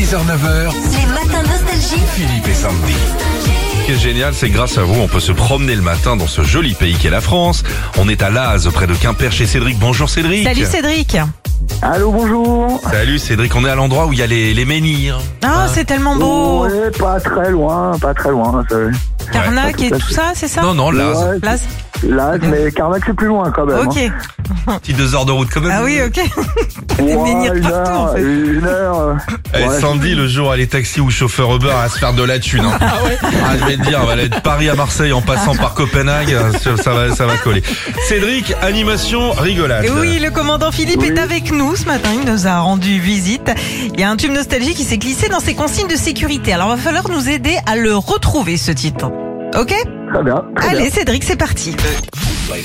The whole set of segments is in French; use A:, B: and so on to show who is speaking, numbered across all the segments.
A: 6h-9h,
B: Les matins nostalgiques.
A: Philippe et Sandy.
C: Ce qui est génial, c'est grâce à vous, on peut se promener le matin dans ce joli pays qu'est la France. On est à Laz, près de Quimper, chez Cédric. Bonjour Cédric.
D: Salut Cédric.
E: Allô, bonjour.
C: Salut Cédric, on est à l'endroit où il y a les, les menhirs.
D: Ah, c'est tellement beau.
E: Oh, Ouais, pas très loin, pas très loin. c'est-
D: Carnac
E: Ouais.
D: et tout ça, c'est ça
C: Non, non, Laz.
E: Ouais,
D: Là, c'est-
E: là, mais Carnac, c'est plus loin quand même.
D: ok.
E: hein.
C: Petit deux heures de route quand même.
D: Ah oui, ok.
E: Ouais,
D: menhirs
E: une
D: partout,
E: heure,
D: en fait.
E: Une heure. euh,
C: Eh,
E: ouais.
C: Sandy, le jour, elle est taxi ou chauffeur Uber à se faire de la thune. hein. Ah, je vais te dire, elle va aller de Paris à Marseille en passant par Copenhague. hein, Ça, ça va, ça va coller. Cédric, animation rigolade.
D: Et oui, le commandant Philippe est avec nous ce matin. Il nous a rendu visite. Il y a un tube nostalgie qui s'est glissé dans ses consignes de sécurité. Alors, va falloir nous aider à le retrouver, ce titre. Ok
E: Très bien. Très bien.
D: Allez, Cédric, c'est parti.
C: Euh.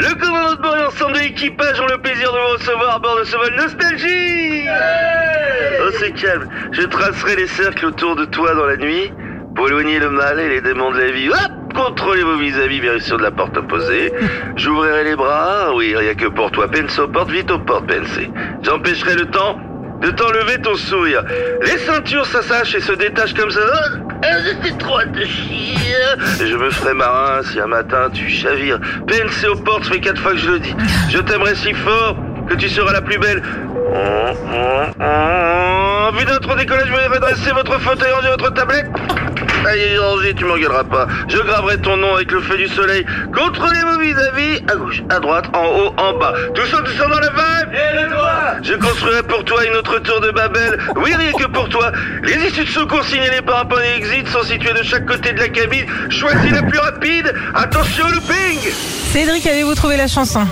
F: Le commandant de bord et l'ensemble de l'équipage ont le plaisir de vous recevoir à bord de ce vol Nostalgie Oh c'est calme, je tracerai les cercles autour de toi dans la nuit pour éloigner le mal et les démons de la vie. Hop Contrôlez vos vis-à-vis, direction de la porte opposée. J'ouvrirai les bras, oui, rien que pour toi. Pense aux portes, vite aux portes, PNC. J'empêcherai le temps de t'enlever ton sourire. Les ceintures s'assachent et se détachent comme ça. Ah, j'étais trop attaché. Je me ferai marin si un matin tu chavires. PNC aux portes, ça fait quatre fois que je le dis. Je t'aimerai si fort que tu seras la plus belle. Oh, oh, oh. En vue de notre décollage, veuillez redresser votre fauteuil, ranger votre tablette. Aïe, aïe, Rosie, tu m'engueuleras pas. Je graverai ton nom avec le feu du soleil. Contrôlez vos vis-à-vis, à gauche, à droite, en haut, en bas. Tous ceux qui sont dans la vibe Et le droit Je construirai pour toi une autre tour de Babel. Oui, rien que pour toi. Les issues de secours signalées par un point d'exit sont situées de chaque côté de la cabine. Choisis la plus rapide. Attention au looping
D: Cédric, avez-vous trouvé la chanson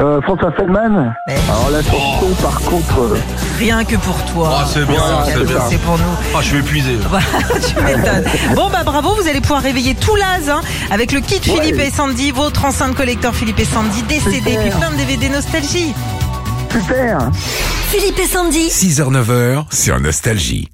E: Euh, François Feldman.
D: Ouais.
E: Alors la chanson, par contre, euh,
D: Rien que pour toi.
C: Ah, c'est bien,
D: Cédric,
C: c'est bien.
D: C'est pour nous.
C: Ah, je vais puiser.
D: Bah, tu m'étonnes. Bon, bah bravo, vous allez pouvoir réveiller tout l'Az hein, avec le kit Philippe et Sandy, votre enceinte collecteur Philippe et Sandy, des CD, puis plein de DVD nostalgie.
E: super.
B: Philippe et Sandy.
A: 6h-9h sur Nostalgie.